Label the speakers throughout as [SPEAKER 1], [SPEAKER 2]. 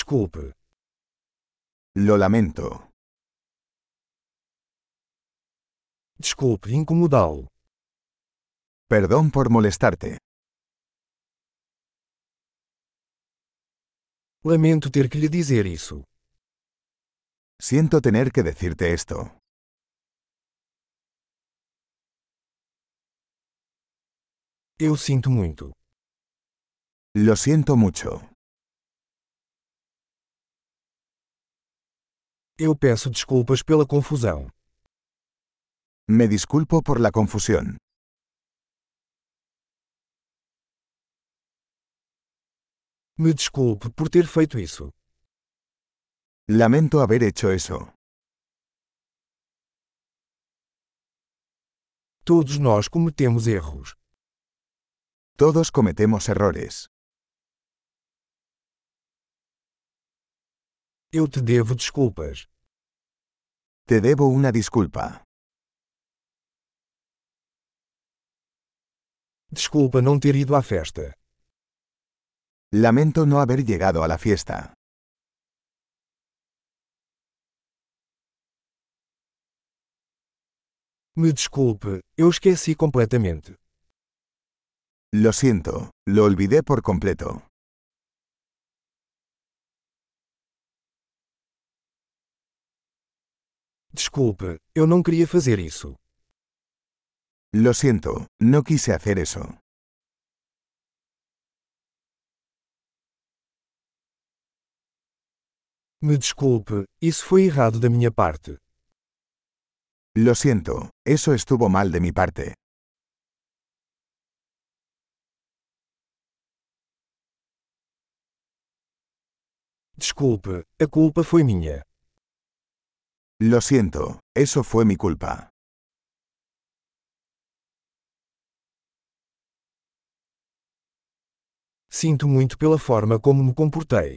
[SPEAKER 1] Desculpe.
[SPEAKER 2] Lo lamento.
[SPEAKER 1] Desculpe incomodá-lo.
[SPEAKER 2] Perdón por molestarte.
[SPEAKER 1] Lamento ter que lhe dizer isso.
[SPEAKER 2] Siento tener que decirte esto.
[SPEAKER 1] Eu sinto muito.
[SPEAKER 2] Lo siento mucho.
[SPEAKER 1] Eu peço desculpas pela confusão.
[SPEAKER 2] Me disculpo por la confusión.
[SPEAKER 1] Me desculpe por ter feito isso.
[SPEAKER 2] Lamento haber hecho eso.
[SPEAKER 1] Todos nós cometemos erros.
[SPEAKER 2] Todos cometemos errores.
[SPEAKER 1] Eu te devo desculpas.
[SPEAKER 2] Te debo una disculpa.
[SPEAKER 1] Desculpa não ter ido à festa.
[SPEAKER 2] Lamento no haber llegado a la fiesta.
[SPEAKER 1] Me desculpe, eu esqueci completamente.
[SPEAKER 2] Lo siento, lo olvidé por completo.
[SPEAKER 1] Desculpe, eu não queria fazer isso.
[SPEAKER 2] Lo siento, no quise hacer eso.
[SPEAKER 1] Me desculpe, isso foi errado da minha parte.
[SPEAKER 2] Lo siento, eso estuvo mal de mi parte.
[SPEAKER 1] Desculpe, a culpa foi minha.
[SPEAKER 2] Lo siento, eso fue mi culpa.
[SPEAKER 1] Sinto muito pela forma como me comportei.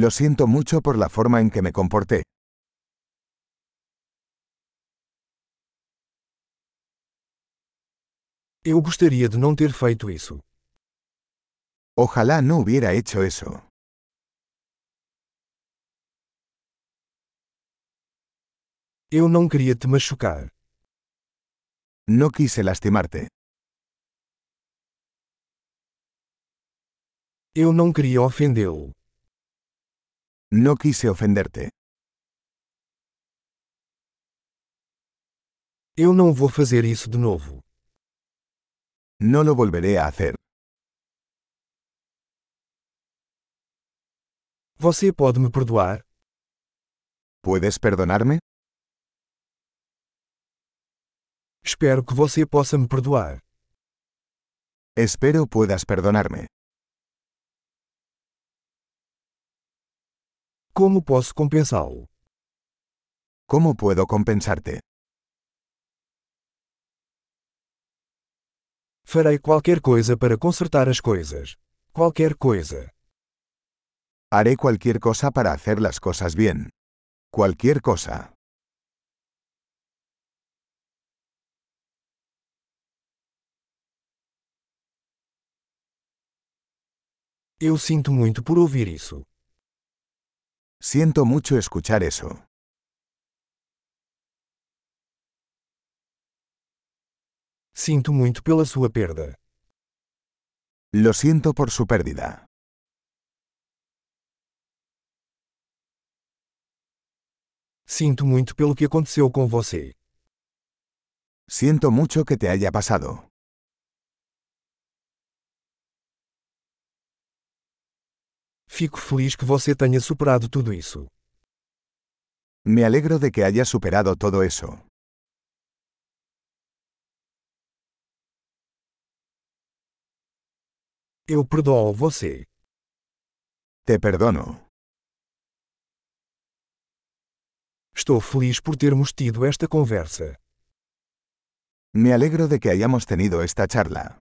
[SPEAKER 2] Lo siento mucho por la forma en que me comporté.
[SPEAKER 1] Eu gostaria de não ter feito isso.
[SPEAKER 2] Ojalá no hubiera hecho eso.
[SPEAKER 1] Eu não queria te machucar.
[SPEAKER 2] No quise lastimarte.
[SPEAKER 1] Eu não queria ofendê-lo.
[SPEAKER 2] No quise ofenderte.
[SPEAKER 1] Eu não vou fazer isso de novo.
[SPEAKER 2] No lo volveré a hacer.
[SPEAKER 1] Você pode me perdoar?
[SPEAKER 2] ¿Puedes perdonarme?
[SPEAKER 1] Espero que você possa me perdoar.
[SPEAKER 2] Espero puedas perdonarme.
[SPEAKER 1] Como posso compensá-lo?
[SPEAKER 2] ¿Cómo puedo compensarte?
[SPEAKER 1] Farei qualquer coisa para consertar as coisas. Qualquer coisa.
[SPEAKER 2] Haré cualquier cosa para hacer las cosas bien. Cualquier cosa.
[SPEAKER 1] Eu sinto muito por ouvir isso.
[SPEAKER 2] Siento mucho escuchar eso.
[SPEAKER 1] Sinto muito pela sua perda.
[SPEAKER 2] Lo siento por su pérdida.
[SPEAKER 1] Sinto muito pelo que aconteceu com você.
[SPEAKER 2] Siento mucho que te haya pasado.
[SPEAKER 1] Fico feliz que você tenha superado tudo isso.
[SPEAKER 2] Me alegro de que hayas superado todo eso.
[SPEAKER 1] Eu perdoo você.
[SPEAKER 2] Te perdono.
[SPEAKER 1] Estou feliz por termos tido esta conversa.
[SPEAKER 2] Me alegro de que hayamos tenido esta charla.